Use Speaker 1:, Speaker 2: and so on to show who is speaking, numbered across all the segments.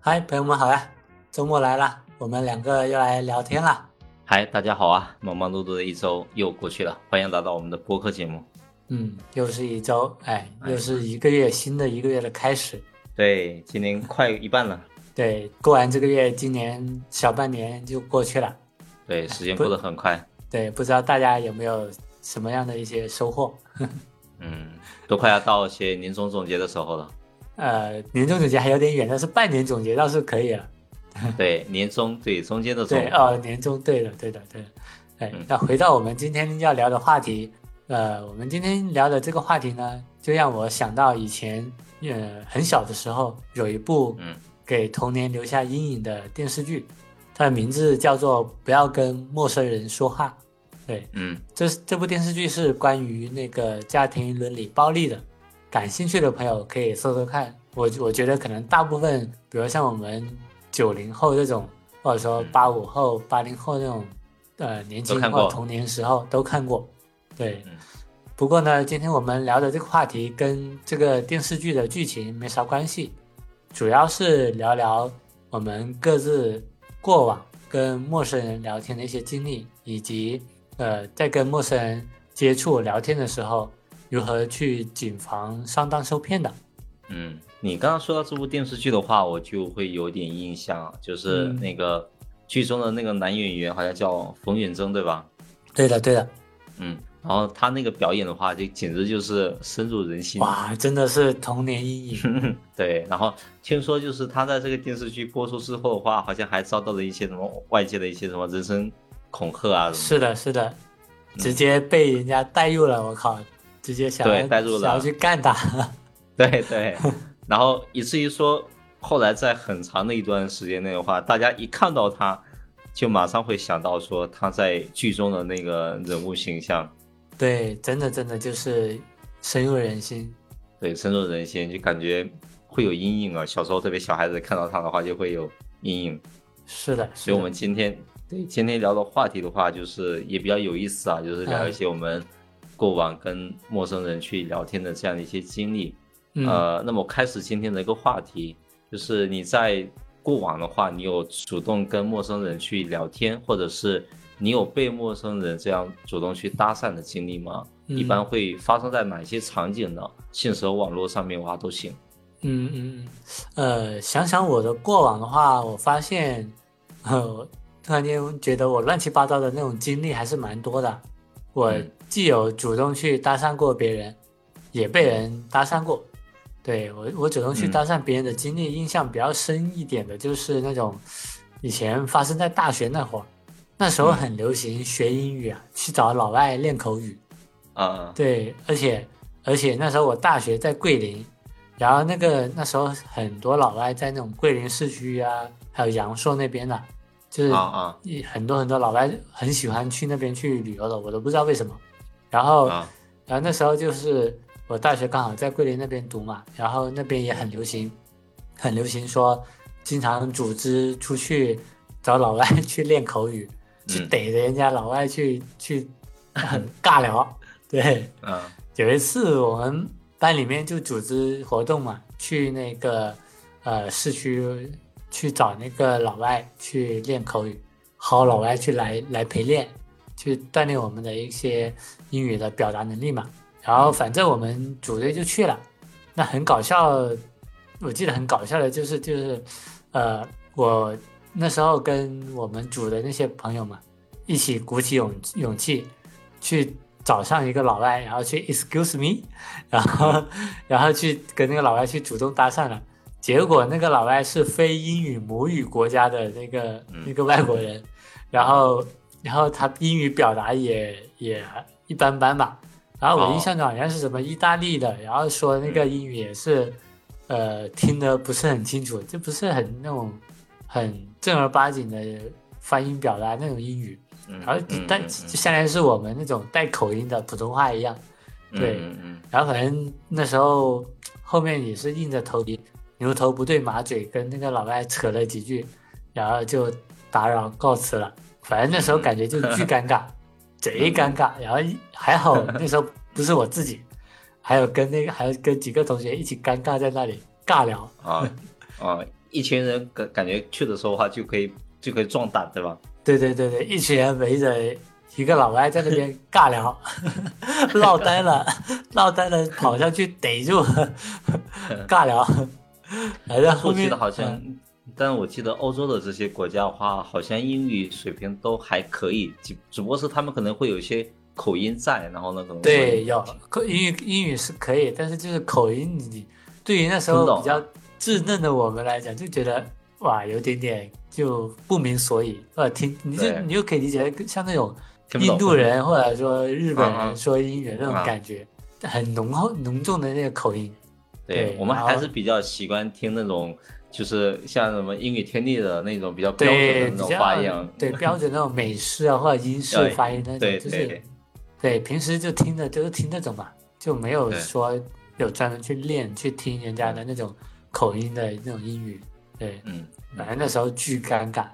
Speaker 1: 嗨，朋友们好呀！周末来了，我们两个又来聊天了。
Speaker 2: 嗨，大家好啊！忙忙碌碌的一周又过去了，欢迎来到我们的播客节目。
Speaker 1: 嗯，又是一周，哎，
Speaker 2: 哎
Speaker 1: 又是一个月新的一个月的开始。
Speaker 2: 对，今年快一半了，
Speaker 1: 对，过完这个月，今年小半年就过去了。
Speaker 2: 对，时间
Speaker 1: 不
Speaker 2: 过得很快。
Speaker 1: 对，不知道大家有没有什么样的一些收获？
Speaker 2: 嗯，都快要到写年终总结的时候 了。
Speaker 1: 呃，年终总结还有点远，但是半年总结倒是可以了。
Speaker 2: 对，年终对啊中间的总
Speaker 1: 对，哦，年终，对的，对的，对的。哎
Speaker 2: 嗯，
Speaker 1: 那回到我们今天要聊的话题，呃，我们今天聊的这个话题呢，就让我想到以前，呃，很小的时候有一部
Speaker 2: 嗯
Speaker 1: 给童年留下阴影的电视剧，它的名字叫做《不要跟陌生人说话》。对，
Speaker 2: 嗯
Speaker 1: 这是这部电视剧是关于那个家庭伦理暴力的，感兴趣的朋友可以搜搜看。我我觉得可能大部分，比如像我们九零后这种，或者说八五后、八零后这种，呃，年轻
Speaker 2: 都看
Speaker 1: 或
Speaker 2: 过
Speaker 1: 童年时候都看过。对
Speaker 2: 嗯，
Speaker 1: 不过呢，今天我们聊的这个话题跟这个电视剧的剧情没啥关系，主要是聊聊我们各自过往跟陌生人聊天的一些经历，以及呃，在跟陌生人接触聊天的时候，如何去谨防上当受骗的。
Speaker 2: 嗯。你刚刚说到这部电视剧的话，我就会有点印象，就是
Speaker 1: 嗯
Speaker 2: 那个剧中的那个男演员好像叫冯远征，对吧？
Speaker 1: 对的，对的，
Speaker 2: 嗯，然后他那个表演的话，就简直就是深入人心。
Speaker 1: 哇，真的是童年阴 影。
Speaker 2: 对，然后听说就是他在这个电视剧播出之后的话，好像还遭到了一些什么外界的一些什么人身恐吓啊什么
Speaker 1: 是的，是的，
Speaker 2: 嗯
Speaker 1: 直接被人家带入了，我靠，直接想要
Speaker 2: 对带入了
Speaker 1: 想要去干他。
Speaker 2: 的。对对， 然后以至于说后来在很长的一段时间内的话，大家一看到他，就马上会想到说他在剧中的那个人物形象，
Speaker 1: 对，真的真的就是深入人心。
Speaker 2: 对，深入人心，就感觉会有阴影啊。小时候特别小孩子看到他的话，就会有阴影。
Speaker 1: 是的，
Speaker 2: 所以，我们今天对今天聊的话题的话，就是也比较有意思啊，就是聊一些我们过往跟陌生人去聊天的这样的一些经历。
Speaker 1: 嗯、
Speaker 2: 呃，那么开始今天的一个话题，就是你在过往的话，你有主动跟陌生人去聊天，或者是你有被陌生人这样主动去搭讪的经历吗？
Speaker 1: 嗯
Speaker 2: 一般会发生在哪些场景呢？现实和网络上面的话都行。
Speaker 1: 嗯嗯嗯，呃，想想我的过往的话，我发现，呃，突然间觉得我乱七八糟的那种经历还是蛮多的。我
Speaker 2: 嗯
Speaker 1: 既有主动去搭讪过别人，也被人搭讪过。对我，我主动去
Speaker 2: 嗯
Speaker 1: 搭讪别人的经历，印象比较深一点的就是那种以前发生在大学那会儿，那时候
Speaker 2: 嗯
Speaker 1: 很流行学英语啊，去找老外练口语。
Speaker 2: 啊、
Speaker 1: 对，而且而且那时候我大学在桂林，然后那个那时候很多老外在那种桂林市区啊，还有阳朔那边的、就是
Speaker 2: 啊啊
Speaker 1: 一很多很多老外很喜欢去那边去旅游的，我都不知道为什么。然后
Speaker 2: 啊！
Speaker 1: 然后那时候就是我大学刚好在桂林那边读嘛，然后那边也很流行，很流行说经常组织出去找老外 去练口语，去
Speaker 2: 嗯
Speaker 1: 逮着人家老外去去 很尬聊。对，
Speaker 2: 啊
Speaker 1: 有一次我们班里面就组织活动嘛，去那个呃市区去找那个老外去练口语，薅老外去来来陪练，去锻炼我们的一些英语的表达能力嘛。然后反正我们组队就去了，那很搞笑，我记得很搞笑的就是就是，呃，我那时候跟我们组的那些朋友嘛，一起鼓起勇勇气去找上一个老外，然后去 excuse me，然 后然后去跟那个老外去主动搭讪了。结果那个老外是非英语母语国家的那个
Speaker 2: 嗯
Speaker 1: 那个外国人，然后然后他英语表达也也一般般吧。然后我
Speaker 2: 哦
Speaker 1: 印象中好像是什么意大利的，然后说那个英语也是，呃，听得不是很清楚，就不是很那种很正儿八经的发音表达那种英语。
Speaker 2: 嗯
Speaker 1: 然后就
Speaker 2: 嗯
Speaker 1: 但
Speaker 2: 嗯
Speaker 1: 就相当于是我们那种带口音的普通话一样。
Speaker 2: 嗯
Speaker 1: 对
Speaker 2: 嗯嗯
Speaker 1: 然后反正那时候后面也是硬着头皮，牛头不对马嘴，跟那个老外扯了几句，然后就打扰告辞了。反正那时候
Speaker 2: 嗯
Speaker 1: 感觉就巨尴 尬，贼尴尬。然后还好那时候不是我自己， 还有跟那个还有跟几个同学一起尴尬在那里尬聊。
Speaker 2: 啊啊！一群人感感觉去的时候的话，就可以就可以壮胆，对吧？
Speaker 1: 对对对对，一群人围着一个老外在那边尬聊， 落单了，落单了，跑上去逮住，
Speaker 2: 嗯
Speaker 1: 尬 聊。反正
Speaker 2: 但是
Speaker 1: 后
Speaker 2: 我记
Speaker 1: 面
Speaker 2: 得好像
Speaker 1: 嗯，
Speaker 2: 但我记得欧洲的这些国家的话，好像英语水平都还可以，只只不过是他们可能会有一些口音在，然后呢可能会
Speaker 1: 对有口英语英语是可以，但是就是口音你，你对于那时
Speaker 2: 听
Speaker 1: 候
Speaker 2: 懂啊
Speaker 1: 比较稚嫩的我们来讲，就觉得哇有点点就不明所以，呃，听你就
Speaker 2: 对
Speaker 1: 你就可以理解像那种
Speaker 2: 听不
Speaker 1: 印
Speaker 2: 懂
Speaker 1: 度人或者说日本
Speaker 2: 嗯
Speaker 1: 人
Speaker 2: 嗯
Speaker 1: 说英语的那种
Speaker 2: 嗯
Speaker 1: 感觉，很浓厚浓重的那个口音。
Speaker 2: 对
Speaker 1: 对
Speaker 2: 我们
Speaker 1: 然
Speaker 2: 还
Speaker 1: 后
Speaker 2: 是比较习惯听那种，就是像什么英语天地的那种比较标准的
Speaker 1: 比
Speaker 2: 那种
Speaker 1: 较
Speaker 2: 发音。
Speaker 1: 对标准那种美式啊或者英式
Speaker 2: 对
Speaker 1: 发音那种，
Speaker 2: 对
Speaker 1: 就是
Speaker 2: 对
Speaker 1: 对平时就听的就是听那种嘛，就没有
Speaker 2: 对
Speaker 1: 说有专门去练去听人家的那种口音的那种英语。对，
Speaker 2: 嗯，
Speaker 1: 反正那时候巨尴尬，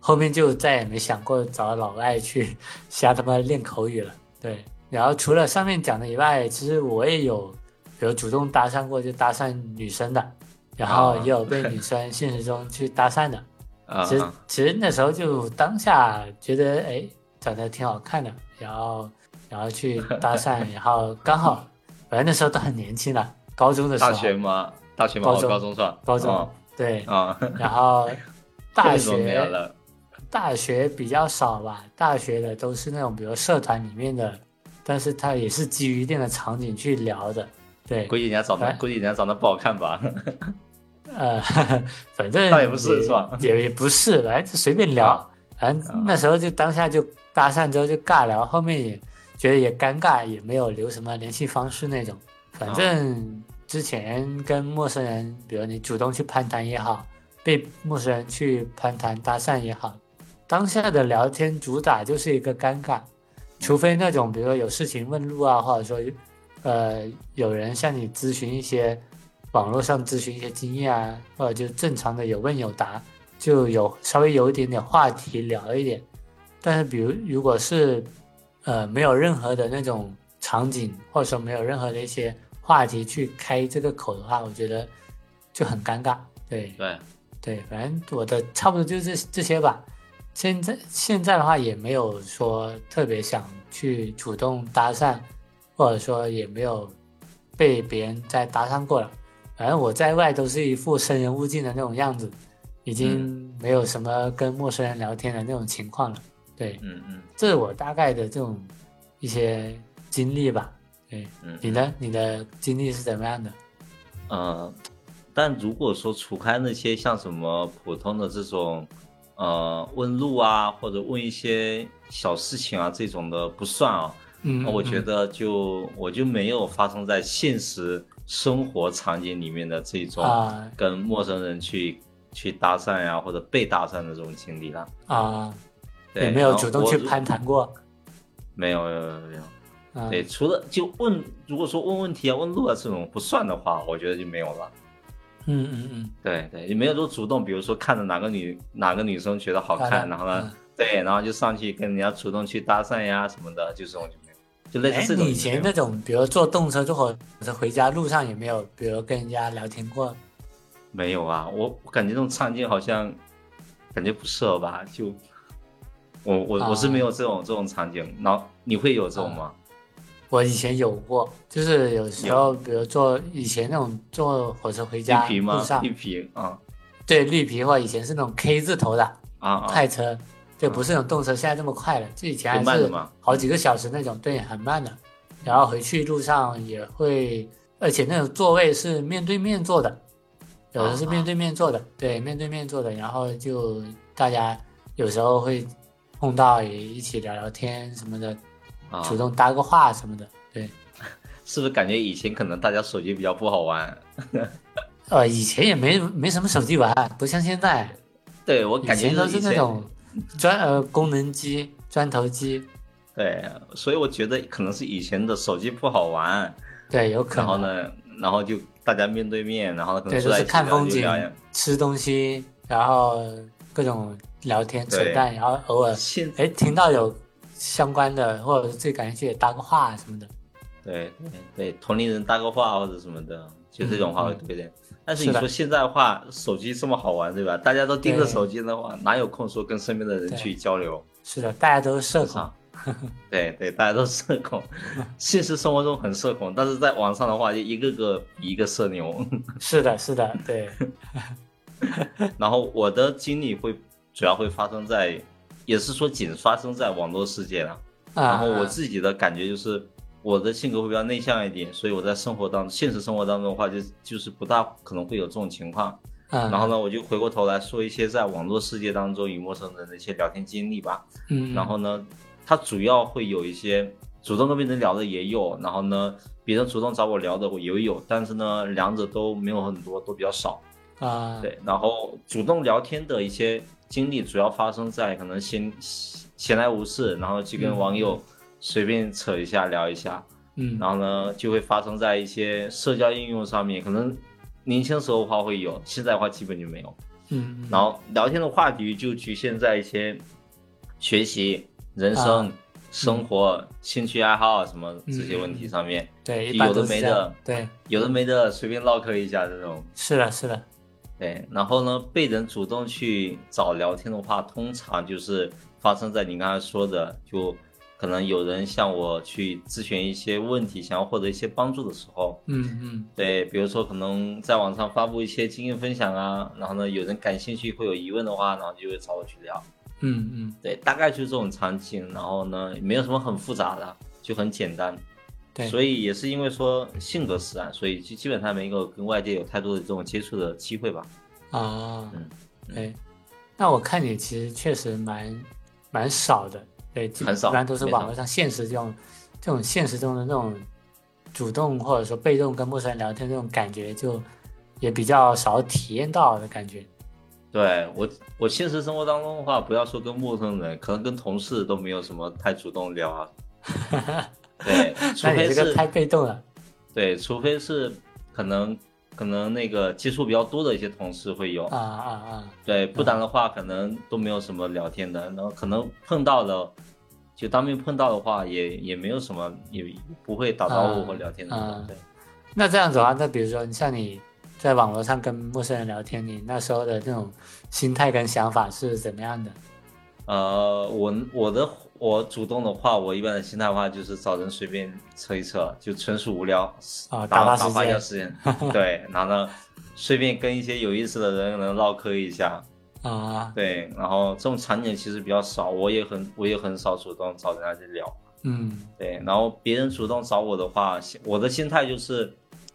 Speaker 1: 后面就再也没想过找老外去瞎他妈练口语了。对，然后除了上面讲的以外，其实我也有有主动搭讪过，就搭讪女生的，然后
Speaker 2: 啊
Speaker 1: 也有被女生现实中去搭讪的。
Speaker 2: 啊
Speaker 1: 其实
Speaker 2: 啊
Speaker 1: 其实那时候就当下觉得哎长得挺好看的，然后然后 去搭讪，然后刚好反正那时候都很年轻了，高中的时候，
Speaker 2: 大学吗？大学吗？
Speaker 1: 高
Speaker 2: 哦
Speaker 1: 中
Speaker 2: 高中是吧？
Speaker 1: 高中、
Speaker 2: 哦
Speaker 1: 对，
Speaker 2: 啊，
Speaker 1: 然后大
Speaker 2: 这种没有
Speaker 1: 学
Speaker 2: 了。
Speaker 1: 大学比较少吧，大学的都是那种比如社团里面的，但是它也是基于一定的场景去聊的，对，
Speaker 2: 估计人家长得
Speaker 1: 哎，
Speaker 2: 估计人家长得不好看吧？
Speaker 1: 呃， 反正
Speaker 2: 倒也不是是吧
Speaker 1: 也也不是，反正就随便聊。
Speaker 2: 啊
Speaker 1: 反正那时候就当下就搭讪之后就尬聊，后面也觉得也尴尬，也没有留什么联系方式那种。
Speaker 2: 啊
Speaker 1: 反正之前跟陌生人，比如你主动去攀谈也好，被陌生人去攀谈搭讪也好，当下的聊天主打就是一个尴尬，除非那种比如说有事情问路啊，或者说呃有人向你咨询一些网络上咨询一些经验啊，或者就正常的有问有答，就有稍微有一点点话题聊一点。但是比如如果是呃没有任何的那种场景，或者说没有任何的一些话题去开这个口的话，我觉得就很尴尬。对
Speaker 2: 对，
Speaker 1: 对，反正我的差不多就这这些吧。现在现在的话也没有说特别想去主动搭讪，或者说也没有被别人再搭讪过了。反正我在外都是一副生人勿近的那种样子，已经没有什么跟陌生人聊天的那种情况了。对，
Speaker 2: 嗯嗯
Speaker 1: 这是我大概的这种一些经历吧。对，
Speaker 2: 嗯。
Speaker 1: 你呢？你的经历是怎么样的？
Speaker 2: 呃，但如果说除开那些像什么普通的这种，呃，问路啊，或者问一些小事情啊这种的不算啊，
Speaker 1: 嗯，
Speaker 2: 那我觉
Speaker 1: 嗯
Speaker 2: 得就我就没有发生在现实生活场景里面的这种
Speaker 1: 啊
Speaker 2: 跟陌生人去去搭讪呀、或者被搭讪的这种经历了。
Speaker 1: 啊，
Speaker 2: 对，
Speaker 1: 也没有
Speaker 2: 然后
Speaker 1: 主动
Speaker 2: 我
Speaker 1: 去
Speaker 2: 如
Speaker 1: 攀谈过。
Speaker 2: 没有没有没有没有。
Speaker 1: 嗯
Speaker 2: 对，除了就问，如果说问问题啊、问路啊这种不算的话，我觉得就没有了。
Speaker 1: 嗯嗯嗯，
Speaker 2: 对对，也没有说主动，比如说看着哪个女哪个女生觉得好
Speaker 1: 漂亮
Speaker 2: 看，然后呢，对，然后就上去跟人家主动去搭讪呀什么的，就这种就没有，就类
Speaker 1: 哎
Speaker 2: 似这，种就没有。
Speaker 1: 你以前那种，比如坐动车、坐火车回家路上，有没有比如跟人家聊天过？
Speaker 2: 没有啊？我我感觉这种场景好像感觉不适合吧？就我我、我是没有这种这种场景，然后你会有这
Speaker 1: 嗯
Speaker 2: 种吗？
Speaker 1: 我以前有过，就是有时候，比如坐以前那种坐火车回家
Speaker 2: 绿皮
Speaker 1: 路
Speaker 2: 吗？
Speaker 1: 上
Speaker 2: 绿，皮啊
Speaker 1: 对绿皮或者以前是那种 K 字头的
Speaker 2: 啊啊！
Speaker 1: 快车，对，不是那种动车，现在这么快了，就以前
Speaker 2: 挺慢
Speaker 1: 还
Speaker 2: 的
Speaker 1: 是
Speaker 2: 嘛
Speaker 1: 好几个小时那种，对，很慢的。然后回去路上也会，而且那种座位是面对面坐的，有的是面对面
Speaker 2: 啊
Speaker 1: 坐的，对，面对面坐的，然后就大家有时候会碰到，也一起聊聊天什么的，
Speaker 2: 啊，
Speaker 1: 主动搭个话什么的，对。
Speaker 2: 是不是感觉以前可能大家手机比较不好玩？
Speaker 1: 呃，以前也没没什么手机玩，不像现在，
Speaker 2: 对我
Speaker 1: 以
Speaker 2: 感觉
Speaker 1: 前都
Speaker 2: 是以
Speaker 1: 是那
Speaker 2: 前
Speaker 1: 种砖呃功能机、砖头机，
Speaker 2: 对，所以我觉得可能是以前的手机不好玩，
Speaker 1: 对，有可
Speaker 2: 然后
Speaker 1: 能，
Speaker 2: 呢，然后就大家面对面，然后呢可
Speaker 1: 嗯
Speaker 2: 能
Speaker 1: 对，
Speaker 2: 坐
Speaker 1: 就
Speaker 2: 在一
Speaker 1: 是
Speaker 2: 起
Speaker 1: 看
Speaker 2: 聊
Speaker 1: 风
Speaker 2: 就
Speaker 1: 景
Speaker 2: 聊呀。、
Speaker 1: 吃东西，然后各种聊天扯
Speaker 2: 对
Speaker 1: 淡，然后偶尔
Speaker 2: 现
Speaker 1: 哎听到有相关的或者是最感兴趣的搭个话什么的，
Speaker 2: 对对对，同龄人搭个话或者什么的，就这种话会
Speaker 1: 嗯嗯
Speaker 2: 多一点。但是
Speaker 1: 是
Speaker 2: 你
Speaker 1: 的
Speaker 2: 说现在话，手机这么好玩，对吧？大家都盯着
Speaker 1: 对
Speaker 2: 手机的话，哪有空说跟身边的人去交流？
Speaker 1: 是的，大家都是社
Speaker 2: 是
Speaker 1: 恐
Speaker 2: 吧，对对，大家都社恐，现实生活中很社恐，但是在网上的话，就一个个比一个社 牛。
Speaker 1: 是的，是的，对，
Speaker 2: 然后我的经历会主要会发生在，也是说仅发生在网络世界了。然
Speaker 1: 啊，
Speaker 2: 后我自己的感觉就是，我的性格会比较内向一点，所以我在生活当现实生活当中的话就，就是不大可能会有这种情况。
Speaker 1: 嗯，
Speaker 2: 然后呢，我就回过头来说一些在网络世界当中与陌生人的一些聊天经历吧。
Speaker 1: 嗯，
Speaker 2: 然后呢，他主要会有一些主动跟别人聊的也有，然后呢，别人主动找我聊的我也有，但是呢，两者都没有很多，都比较少。
Speaker 1: 啊，
Speaker 2: 对，然后主动聊天的一些经历，主要发生在可能闲闲来无事，然后去跟网友随便扯一下聊一下，
Speaker 1: 嗯，
Speaker 2: 然后呢就会发生在一些社交应用上面，可能年轻时候的话会有，现在的话基本就没有。
Speaker 1: 嗯，
Speaker 2: 然后聊天的话题就局限在一些学习、人生、
Speaker 1: 啊嗯
Speaker 2: 生活、兴趣爱好啊什么这些问题上面，
Speaker 1: 对，一
Speaker 2: 有
Speaker 1: 般
Speaker 2: 的
Speaker 1: 都是
Speaker 2: 没
Speaker 1: 这样
Speaker 2: 的，
Speaker 1: 对，
Speaker 2: 有的没的随便唠嗑一下这种。
Speaker 1: 是的，是的，
Speaker 2: 对，然后呢，被人主动去找聊天的话，通常就是发生在你刚才说的，就可能有人向我去咨询一些问题，想要获得一些帮助的时候，
Speaker 1: 嗯嗯，
Speaker 2: 对，比如说可能在网上发布一些经验分享啊，然后呢，有人感兴趣会有疑问的话，然后就会找我去聊，
Speaker 1: 嗯嗯，
Speaker 2: 对，大概就是这种场景，然后呢，没有什么很复杂的，就很简单，
Speaker 1: 对，
Speaker 2: 所以也是因为说性格使然，所以基基本上没有跟外界有太多的这种接触的机会吧，
Speaker 1: 啊
Speaker 2: 嗯，
Speaker 1: 对，那我看你其实确实蛮蛮少的，对，基
Speaker 2: 很少
Speaker 1: 一般都是
Speaker 2: 非
Speaker 1: 网
Speaker 2: 常
Speaker 1: 络上现实这种这种现实中的那种主动或者说被动跟陌生人聊天这种感觉，就也比较少体验到的感觉。
Speaker 2: 对我，我现实生活当中的话，不要说跟陌生人，可能跟同事都没有什么太主 动聊啊。对，除
Speaker 1: 那你
Speaker 2: 非
Speaker 1: 这个
Speaker 2: 是
Speaker 1: 太被动了，
Speaker 2: 对，除非是可能可能那个接触比较多的一些同事会有，
Speaker 1: 啊啊啊，
Speaker 2: 对，不然的话可能都没有什么聊天的，然后可能碰到的，就当面碰到的话也也没有什么，也不会打招呼
Speaker 1: 啊
Speaker 2: 或聊天的那种。
Speaker 1: 啊
Speaker 2: 对，
Speaker 1: 那这样子的话，那比如说你像你在网络上跟陌生人聊天，你那时候的那种心态跟想法是怎么样的？
Speaker 2: 呃，我我的我主动的话，我一般的心态的话就是找人随便扯一扯，就纯属无聊，
Speaker 1: 啊打
Speaker 2: 打
Speaker 1: 发
Speaker 2: 打
Speaker 1: 时
Speaker 2: 发一下
Speaker 1: 间
Speaker 2: 时间。 对，然后呢，随便跟一些有意思的人能唠嗑一下。
Speaker 1: 啊，
Speaker 2: 对，然后这种场景其实比较少，我也很我也很少主动找人家去聊。
Speaker 1: 嗯
Speaker 2: 对，然后别人主动找我的话，心我的心态就是，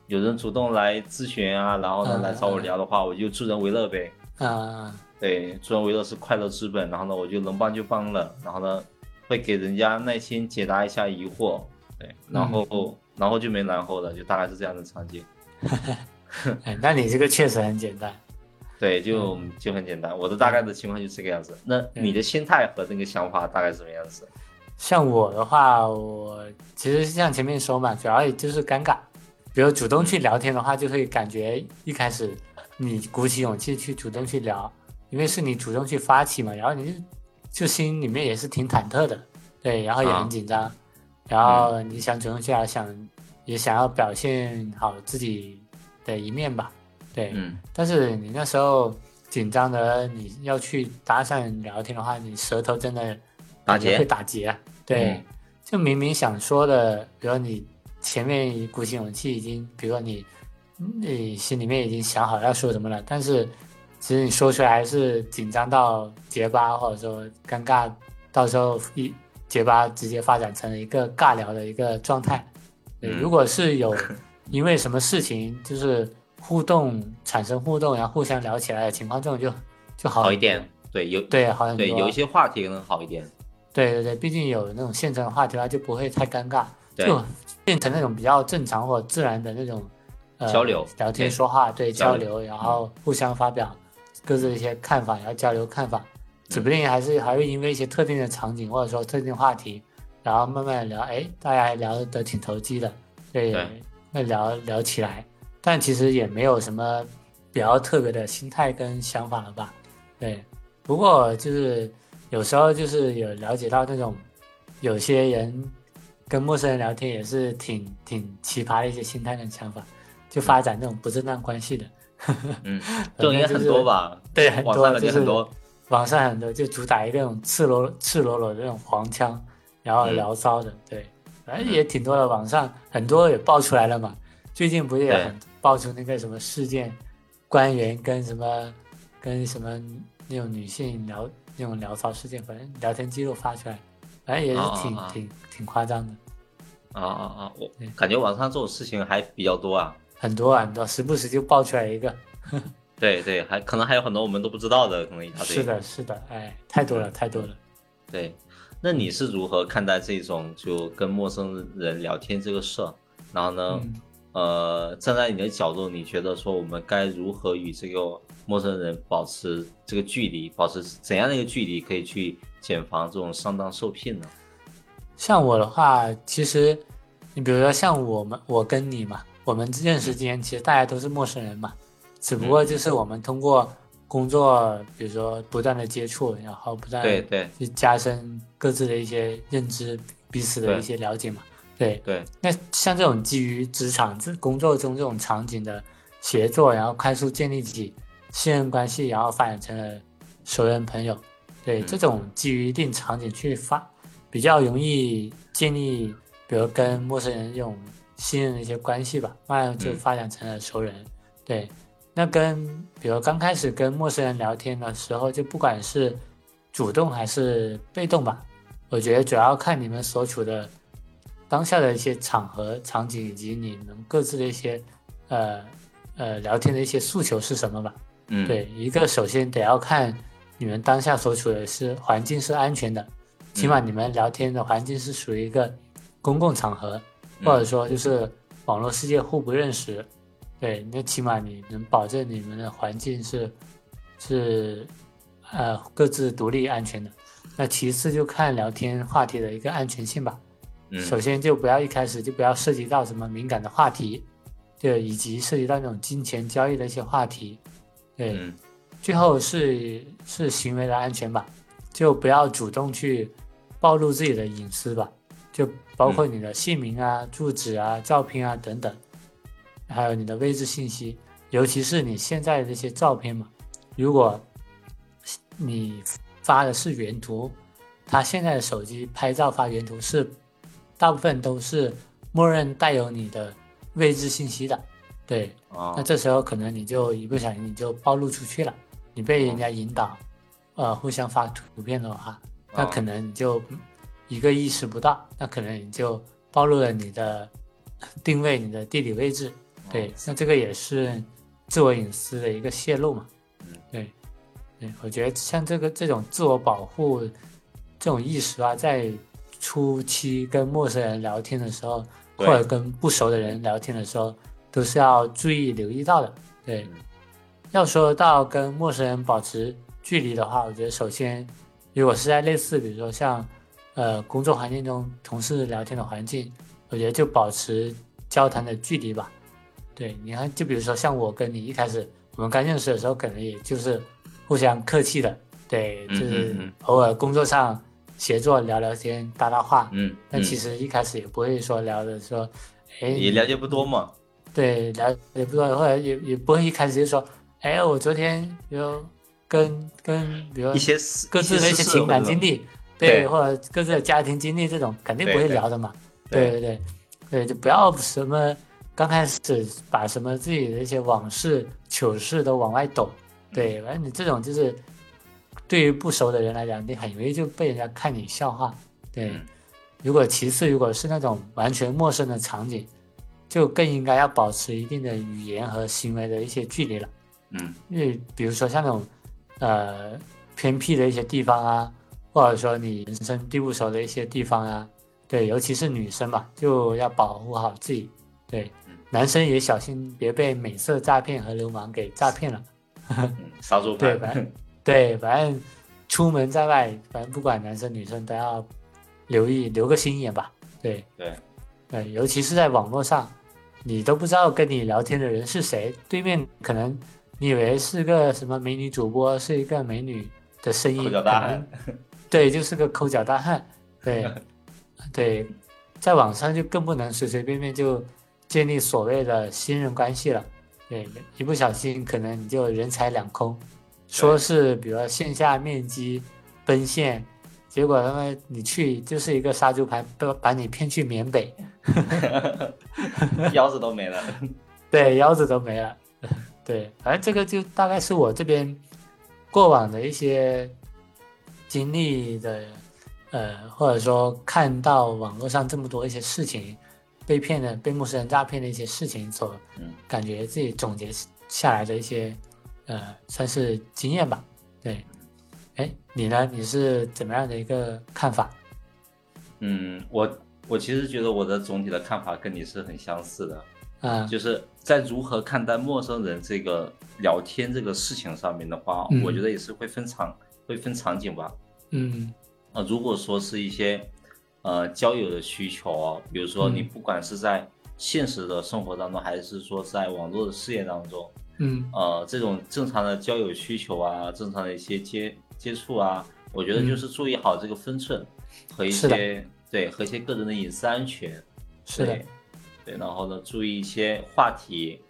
Speaker 2: 有人主动来咨询啊，然后呢
Speaker 1: 嗯
Speaker 2: 来找我
Speaker 1: 嗯
Speaker 2: 聊的话，我就助人为乐呗。
Speaker 1: 啊
Speaker 2: 对，助人为乐是快乐之本。然后呢，我就能帮就帮了，然后呢，会给人家耐心解答一下疑惑，对，然
Speaker 1: 嗯
Speaker 2: 后、然后就没然后了，就大概是这样的场景。
Speaker 1: 哎，那你这个确实很简单。
Speaker 2: 对，就、
Speaker 1: 嗯
Speaker 2: 就很简单，我的大概的情况就是这个样子。那你的心态和那个想法大概是什么样子？
Speaker 1: 像我的话，我其实像前面说嘛，主要也就是尴尬。比如主动去聊天的话，就会感觉一开始你鼓起勇气去主动去聊，因为是你主动去发起嘛，然后你就就心里面也是挺忐忑的，对，然后也
Speaker 2: 啊
Speaker 1: 很紧张，然后你想主动去聊，想也想要表现好自己的一面吧，对，
Speaker 2: 嗯，
Speaker 1: 但是你那时候紧张的，你要去搭讪聊天的话，你舌头真的
Speaker 2: 打
Speaker 1: 感觉
Speaker 2: 结
Speaker 1: 会打结啊。对，
Speaker 2: 嗯
Speaker 1: 就明明想说的，比如你前面鼓起勇气已经，比如说你嗯你心里面已经想好要说什么了，但是其实你说出来还是紧张到结巴，或者说尴尬，到时候一结巴直接发展成了一个尬聊的一个状态。对，
Speaker 2: 嗯
Speaker 1: 如果是 有因为什么事情就是互动产生互动，然后互相聊起来的情况，这种就就好
Speaker 2: 好一
Speaker 1: 很多
Speaker 2: 点。。对，有
Speaker 1: 对，好很多。啊
Speaker 2: 对有一些话题可能好一点。
Speaker 1: 对对对，毕竟有那种现成的话题，它就不会太尴尬，
Speaker 2: 对
Speaker 1: 就变成那种比较正常或自然的那种、呃、
Speaker 2: 交流
Speaker 1: 聊天、
Speaker 2: 对
Speaker 1: 说话，对
Speaker 2: 交
Speaker 1: 交
Speaker 2: 流
Speaker 1: 流，然后互相发表各自的一些看法，然后交流看法，指不定还是还会因为一些特定的场景或者说特定的话题，然后慢慢地聊，哎，大家还聊得挺投机的，对，
Speaker 2: 对
Speaker 1: 会聊聊起来，但其实也没有什么比较特别的心态跟想法了吧，对。不过就是有时候就是有了解到那种有些人跟陌生人聊天也是挺挺奇葩的一些心态跟想法，就发展这种不正当关系的。
Speaker 2: 嗯，这种应该很多吧？
Speaker 1: 对，很
Speaker 2: 网上
Speaker 1: 多
Speaker 2: 的
Speaker 1: 就
Speaker 2: 也
Speaker 1: 是
Speaker 2: 很多。
Speaker 1: 网上很多就主打一个那种赤裸赤裸裸的那种黄腔，然后
Speaker 2: 嗯
Speaker 1: 聊骚的，对，反正也挺多的。网上很多也爆出来了嘛，最近不是也
Speaker 2: 对
Speaker 1: 很爆出那个什么事件，官员跟什么跟什么那种女性聊那种聊骚事件，反正聊天记录发出来，反正也是
Speaker 2: 啊啊
Speaker 1: 挺
Speaker 2: 啊
Speaker 1: 挺挺夸张的，
Speaker 2: 啊啊啊！我
Speaker 1: 对
Speaker 2: 感觉网上这种事情还比较多啊。
Speaker 1: 很多啊很多，时不时就爆出来一个。
Speaker 2: 对对，还可能还有很多我们都不知道的，可能一大堆。
Speaker 1: 是。的，是的，哎，太多
Speaker 2: 嗯
Speaker 1: 了，太多了。
Speaker 2: 对，那你是如何看待这种就跟陌生人聊天这个事儿？然后呢，
Speaker 1: 嗯
Speaker 2: 呃，站在你的角度，你觉得说我们该如何与这个陌生人保持这个距离，保持怎样的一个距离可以去减防这种上当受骗呢？
Speaker 1: 像我的话，其实你比如说像我们，我跟你嘛，我们认识之前，其实大家都是陌生人嘛，只不过就是
Speaker 2: 嗯
Speaker 1: 我们通过工作，比如说不断的接触，然后不断
Speaker 2: 对对
Speaker 1: 去加深各自的一些认知，彼此的
Speaker 2: 对
Speaker 1: 一些了解嘛。对，
Speaker 2: 对，
Speaker 1: 那像这种基于职场、这工作中这种场景的协作，然后快速建立起信任关系，然后发展成了熟人朋友，对、
Speaker 2: 嗯
Speaker 1: 这种基于一定场景去发，比较容易建立，比如跟陌生人这种信任的一些关系吧，慢慢就
Speaker 2: 嗯
Speaker 1: 发展成了熟人。对，那跟比如刚开始跟陌生人聊天的时候，就不管是主动还是被动吧，我觉得主要看你们所处的当下的一些场合、场景，以及你们各自的一些呃呃聊天的一些诉求是什么吧。
Speaker 2: 嗯，
Speaker 1: 对，一个首先得要看你们当下所处的是环境是安全的，起码你们聊天的环境是属于一个公共场合，
Speaker 2: 嗯
Speaker 1: 或者说就是网络世界互不认识。对，那起码你能保证你们的环境是是呃各自独立安全的。那其次就看聊天话题的一个安全性吧。首
Speaker 2: 嗯
Speaker 1: 先就不要一开始就不要涉及到什么敏感的话题，对，以及涉及到那种金钱交易的一些话题，对，
Speaker 2: 嗯
Speaker 1: 最后是是行为的安全吧，就不要主动去暴露自己的隐私吧，就包括你的姓名啊、住址啊、照片啊等等，还有你的位置信息，尤其是你现在的这些照片嘛，如果你发的是原图，它现在的手机拍照发原图是大部分都是默认带有你的位置信息的，对，
Speaker 2: 啊
Speaker 1: 那这时候可能你就一不小心你就暴露出去了，你被人家引
Speaker 2: 啊
Speaker 1: 导，呃，互相发图片的话，那
Speaker 2: 哦
Speaker 1: 可能你就一个意识不到，那可能你就暴露了你的定位、你的地理位置。
Speaker 2: 啊
Speaker 1: 对，那这个也是自我隐私的一个泄露嘛。
Speaker 2: 嗯，
Speaker 1: 对，对，我觉得像这个这种自我保护这种意识啊，在初期跟陌生人聊天的时候，或
Speaker 2: 对
Speaker 1: 者跟不熟的人聊天的时候，都是要注意留意到的。对
Speaker 2: 嗯，
Speaker 1: 要说到跟陌生人保持距离的话，我觉得首先，如果是在类似比如说像呃工作环境中同事聊天的环境，我觉得就保持交谈的距离吧。对，你看，就比如说像我跟你一开始我们刚认识的时候，可能也就是互相客气的，对，就
Speaker 2: 嗯
Speaker 1: 是
Speaker 2: 嗯嗯
Speaker 1: 偶尔工作上协作聊聊天、搭搭话。
Speaker 2: 嗯，
Speaker 1: 但其
Speaker 2: 实
Speaker 1: 实一开始也不会说聊的说，哎，
Speaker 2: 也了解不多嘛，
Speaker 1: 对，了解不多，或者也也不会一开始就说，哎，我昨天比如跟跟比如
Speaker 2: 一些私
Speaker 1: 嗯各自的一些情感经，
Speaker 2: 私事
Speaker 1: 历，
Speaker 2: 对
Speaker 1: 对，或者各自的家庭经历这种，肯定不
Speaker 2: 对
Speaker 1: 会
Speaker 2: 对
Speaker 1: 聊的嘛。
Speaker 2: 对
Speaker 1: 对对对，就不要什么刚开始把什么自己的一些往事、糗事都往外抖。对，反正你这种就是对于不熟的人来讲，你很容易就被人家看你笑话。对，
Speaker 2: 嗯
Speaker 1: 如果其次，如果是那种完全陌生的场景，就更应该要保持一定的语言和行为的一些距离了。
Speaker 2: 嗯
Speaker 1: 因为比如说像那种呃偏僻的一些地方啊，或者说你人生地不熟的一些地方啊，对，尤其是女生嘛，就要保护好自己。对
Speaker 2: 嗯，
Speaker 1: 男生也小心别被美色诈骗和流氓给诈骗了。
Speaker 2: 嗯，杀猪
Speaker 1: 对
Speaker 2: 盘，
Speaker 1: 反正对，反正出门在外，反正不管男生女生都要留意留个心眼吧。对
Speaker 2: 对
Speaker 1: 对，嗯尤其是在网络上，你都不知道跟你聊天的人是谁，对面可能你以为是个什么美女主播，是一个美女的声音，
Speaker 2: 抠脚大
Speaker 1: 可能
Speaker 2: 汉，
Speaker 1: 对，就是个抠脚大汉，对对，在网上就更不能随随便便就建立所谓的信任关系了。对，一不小心可能你就人财两空，说是比如说线下面基奔现，结果他们你去就是一个杀猪盘，把把你骗去缅北，
Speaker 2: 腰子都没了。
Speaker 1: 对，腰子都没了。 对，反正这个就大概是我这边过往的一些经历的，呃，或者说看到网络上这么多一些事情，被骗的、被陌生人诈骗的一些事情，所
Speaker 2: 嗯
Speaker 1: 感觉自己总结下来的一些，呃，算是经验吧。对，哎，你呢？你是怎么样的一个看法？
Speaker 2: 嗯，我我其实觉得我的总体的看法跟你是很相似的，
Speaker 1: 啊、
Speaker 2: 就是在如何看待陌生人这个聊天这个事情上面的话，
Speaker 1: 嗯
Speaker 2: 我觉得也是会分场会分场景吧。
Speaker 1: 嗯
Speaker 2: 呃，如果说是一些呃交友的需求哦，比如说你
Speaker 1: 嗯
Speaker 2: 不管是在现实的生活当中，还是说在网络的事业当中，
Speaker 1: 嗯
Speaker 2: 呃，这种正常的交友需求啊，正常的一些接接触啊，我觉得
Speaker 1: 嗯
Speaker 2: 就是注意好这个分寸、和一
Speaker 1: 是的
Speaker 2: 些对和一些个人的隐私安全，
Speaker 1: 是的
Speaker 2: 对，对，然后呢，注意一些话题，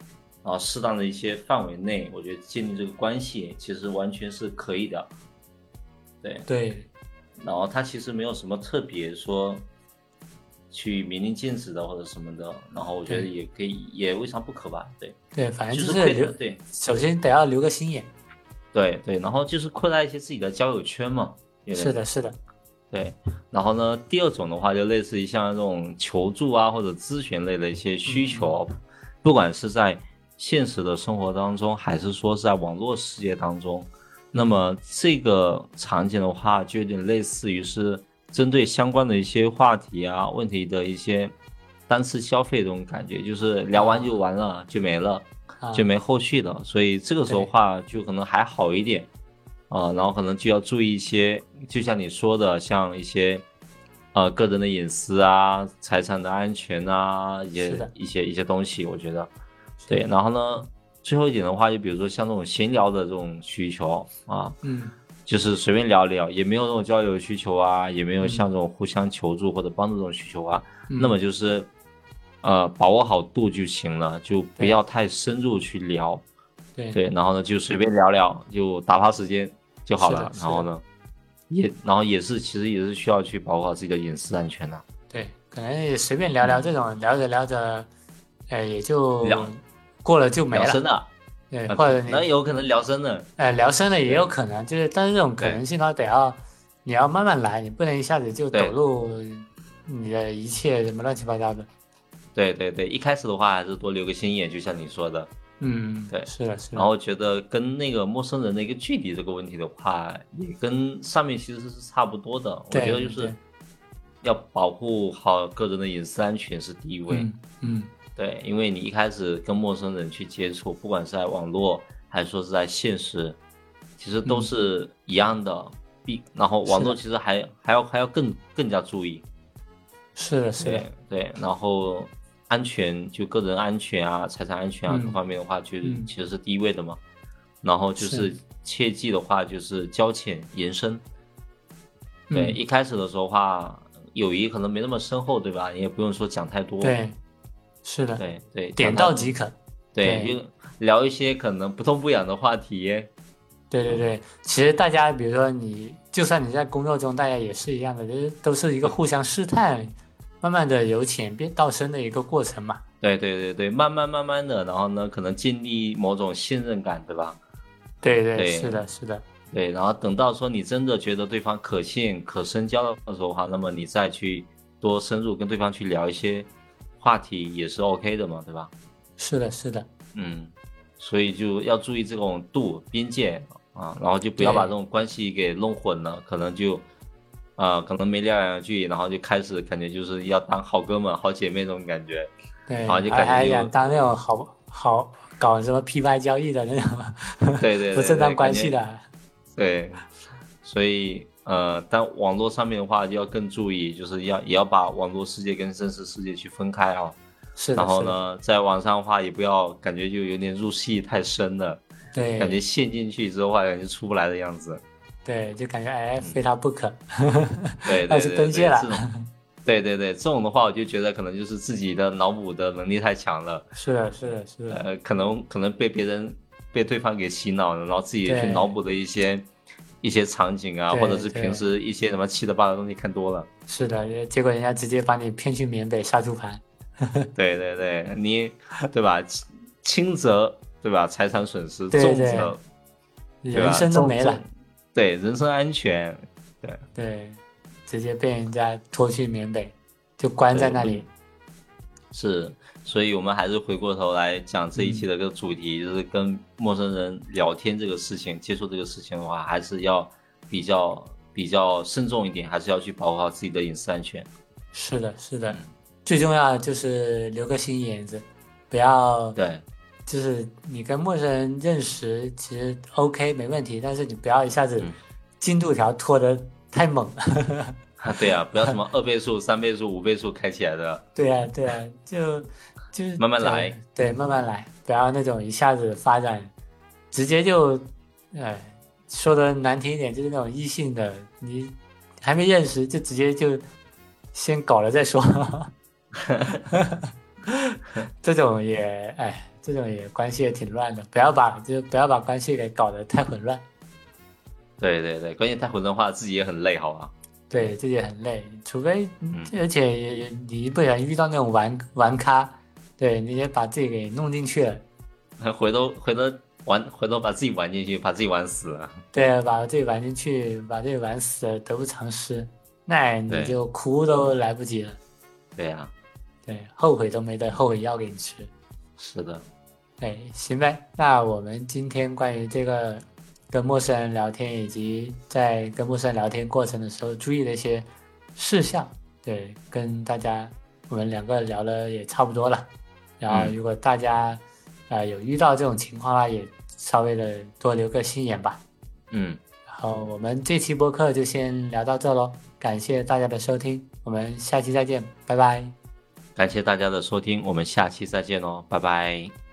Speaker 2: 然后适当的一些范围内，我觉得建立这个关系其实完全是可以的，对，
Speaker 1: 对，
Speaker 2: 然后它其实没有什么特别说去明令禁止的或者什么的，然后我觉得
Speaker 1: 对
Speaker 2: 也可以，也未尝不可吧，对，
Speaker 1: 对，反正
Speaker 2: 就
Speaker 1: 就是是
Speaker 2: 会
Speaker 1: 留，
Speaker 2: 对。
Speaker 1: 首先得要留个心眼。
Speaker 2: 对对，然后就是扩大一些自己的交友圈嘛。有点
Speaker 1: 是，的，是的，
Speaker 2: 对。然后呢，第二种的话，就类似于像这种求助啊或者咨询类的一些需求，不管是在现实的生活当中，还是说是在网络世界当中，那么这个场景的话，就有点类似于是针对相关的一些话题啊、问题的一些单次消费这种感觉，就是聊完就完了，就没了。
Speaker 1: 啊，
Speaker 2: 就没后续了，所以这个时候
Speaker 1: 对
Speaker 2: 话就可能还好一点，啊、然后可能就要注意一些，就像你说的，像一些，呃，个人的隐私啊、财产的安全啊，一
Speaker 1: 是
Speaker 2: 些
Speaker 1: 的
Speaker 2: 一些一些东西，我觉得，对。然后呢，最后一点的话，就比如说像这种闲聊的这种需求啊，
Speaker 1: 嗯，
Speaker 2: 就是随便聊聊，也没有那种交友需求啊，也没有像这种互相求助或者帮助这种需求啊，
Speaker 1: 嗯
Speaker 2: 那么就是，呃，把握好度就行了，就不要太深入去聊，
Speaker 1: 对
Speaker 2: 对，然后呢就随便聊聊，就打发时间就好
Speaker 1: 是的
Speaker 2: 了。
Speaker 1: 是
Speaker 2: 然后
Speaker 1: 的
Speaker 2: 呢，也然后也是其实也是需要去保护好自己的隐私安全的、
Speaker 1: 对，可能也随便聊聊这种，聊着聊着，呃，也就
Speaker 2: 聊
Speaker 1: 过了就没
Speaker 2: 聊深
Speaker 1: 了。
Speaker 2: 了，
Speaker 1: 对，
Speaker 2: 呃
Speaker 1: 或者
Speaker 2: 那
Speaker 1: 你
Speaker 2: 有可能聊深了，
Speaker 1: 呃聊深了也有可能，就是但是这种可
Speaker 2: 对
Speaker 1: 能性它得要你要慢慢来，你不能一下子就
Speaker 2: 对
Speaker 1: 抖露你的一切什么乱七八糟的。
Speaker 2: 对对对，一开始的话还是多留个心眼，就像你说的。
Speaker 1: 嗯，
Speaker 2: 对
Speaker 1: 是的，是
Speaker 2: 然
Speaker 1: 的，
Speaker 2: 后觉得跟那个陌生人的一个距离这个问题的话，也跟上面其实是差不多的。我
Speaker 1: 对
Speaker 2: 觉得就是
Speaker 1: 对
Speaker 2: 要保护好个人的隐私安全是第一位。
Speaker 1: 嗯嗯，
Speaker 2: 对，因为你一开始跟陌生人去接触，不管是在网络还是说是在现实，其实都
Speaker 1: 嗯
Speaker 2: 是一样的。必、然后
Speaker 1: 是
Speaker 2: 网
Speaker 1: 的
Speaker 2: 络其实还还要还要更更加注意。
Speaker 1: 是的，是的
Speaker 2: 对，对，然后安全就个人安全啊、财产安全啊、
Speaker 1: 嗯
Speaker 2: 各方面的话，就
Speaker 1: 嗯
Speaker 2: 其实是第一位的嘛。然后就是
Speaker 1: 是
Speaker 2: 切记的话，就是交浅言深。对，
Speaker 1: 嗯
Speaker 2: 一开始的时候话，友谊可能没那么深厚，对吧？你也不用说讲太多。
Speaker 1: 对，是的，
Speaker 2: 对对，
Speaker 1: 点
Speaker 2: 讲太
Speaker 1: 到即可。
Speaker 2: 对，
Speaker 1: 对
Speaker 2: 就聊一些可能不痛不痒的话题。
Speaker 1: 对对对，其实大家比如说你，就算你在工作中，大家也是一样的，就是都是一个互相试探，慢慢的由浅变到深的一个过程嘛。
Speaker 2: 对对对对，慢慢慢慢的，然后呢，可能建立某种信任感，对吧？
Speaker 1: 对对，
Speaker 2: 对
Speaker 1: 是的，是的，
Speaker 2: 对，然后等到说你真的觉得对方可信、可深交的时候的话，那么你再去多深入跟对方去聊一些话题也是 OK 的嘛，对吧？
Speaker 1: 是的，是的，
Speaker 2: 嗯，所以就要注意这种度边界啊，然后就不要
Speaker 1: 对
Speaker 2: 把这种关系给弄混了，可能就啊、可能没聊两句，然后就开始感觉就是要当好哥们、好姐妹这种感觉。
Speaker 1: 对，
Speaker 2: 好就
Speaker 1: 还
Speaker 2: 感觉
Speaker 1: 还
Speaker 2: 有
Speaker 1: 想当那种好好搞什么 PY 交易的那 种
Speaker 2: 对对对
Speaker 1: 不正当
Speaker 2: 对
Speaker 1: 关
Speaker 2: 感觉
Speaker 1: 系的，
Speaker 2: 对，所以呃，但网络上面的话，要更注意，就是要也要把网络世界跟真实世界去分开啊。
Speaker 1: 是的，
Speaker 2: 然后
Speaker 1: 是的，
Speaker 2: 呢，在网上的话，也不要感觉就有点入戏太深了，感觉
Speaker 1: 对
Speaker 2: 陷进去之后啊，感觉出不来的样子。
Speaker 1: 对，就感觉哎非他不可，
Speaker 2: 对对
Speaker 1: 那是
Speaker 2: 对
Speaker 1: 登
Speaker 2: 对，
Speaker 1: 界了
Speaker 2: 这种对对对，这种的话，我就觉得可能就是自己的脑补的能力太强了，
Speaker 1: 是的，是的，是的，
Speaker 2: 呃，可能可能被别人被对方给洗脑了，然后自己去
Speaker 1: 对
Speaker 2: 脑补的一些一些场景啊，
Speaker 1: 对
Speaker 2: 或者是
Speaker 1: 对
Speaker 2: 平时一些什么七的八的东西看多了。
Speaker 1: 是的。结果人家直接把你骗去缅北杀猪盘，
Speaker 2: 对对对，你对吧？轻轻则对吧财产损失，
Speaker 1: 对
Speaker 2: 重
Speaker 1: 对
Speaker 2: 则对吧
Speaker 1: 人生都没
Speaker 2: 重
Speaker 1: 了
Speaker 2: 重。对人身安全，
Speaker 1: 对，直接被人家拖去缅北，就关在那
Speaker 2: 对嗯
Speaker 1: 里。
Speaker 2: 是，所以我们还是回过头来讲这一
Speaker 1: 嗯
Speaker 2: 期的一个主题，就是跟陌生人聊天这个事情、接触这个事情的话，还是要比较比较慎重一点，还是要去保护好自己的隐私安全。
Speaker 1: 是的，是的。最重要的就是留个心眼子，不要
Speaker 2: 对，
Speaker 1: 就是你跟陌生人认识，其实 OK 没问题，但是你不要一下子
Speaker 2: 嗯
Speaker 1: 进度条拖得太猛。
Speaker 2: 对啊，不要什么二倍速、三倍速、五倍速开起来的。
Speaker 1: 对呀、对呀、啊就就是
Speaker 2: 慢慢来
Speaker 1: 对，对，慢慢来，不要那种一下子发展，直接就，呃，说的难听一点，就是那种异性的，你还没认识就直接就先搞了再 说，这种也，哎，这种也关系也挺乱的，不要把就不要把关系给搞得太混乱，
Speaker 2: 对对对，关键太混乱化，自己也很累，好吧？
Speaker 1: 对自己很累，除非，嗯而且也也你一不小心遇到那种玩玩咖，对，你也把自己给弄进去了。
Speaker 2: 回头回头玩，回头把自己玩进去，把自己玩死了。
Speaker 1: 对，啊把自己玩进去，把自己玩死了，得不偿失。那
Speaker 2: 对
Speaker 1: 你就哭都来不及了，
Speaker 2: 对呀、啊，
Speaker 1: 对，后悔都没得后悔药给你吃。
Speaker 2: 是的，
Speaker 1: 哎，行呗，那我们今天关于这个跟陌生人聊天，以及在跟陌生人聊天过程的时候注意的一些事项，对，跟大家我们两个聊的也差不多了。然后，
Speaker 2: 嗯
Speaker 1: 如果大家啊、呃有遇到这种情况啦，也稍微的呃多留个心眼吧。
Speaker 2: 嗯，
Speaker 1: 好，我们这期播客就先聊到这喽，感谢大家的收听，我们下期再见，拜拜。
Speaker 2: 感谢大家的收听，我们下期再见哦，拜拜。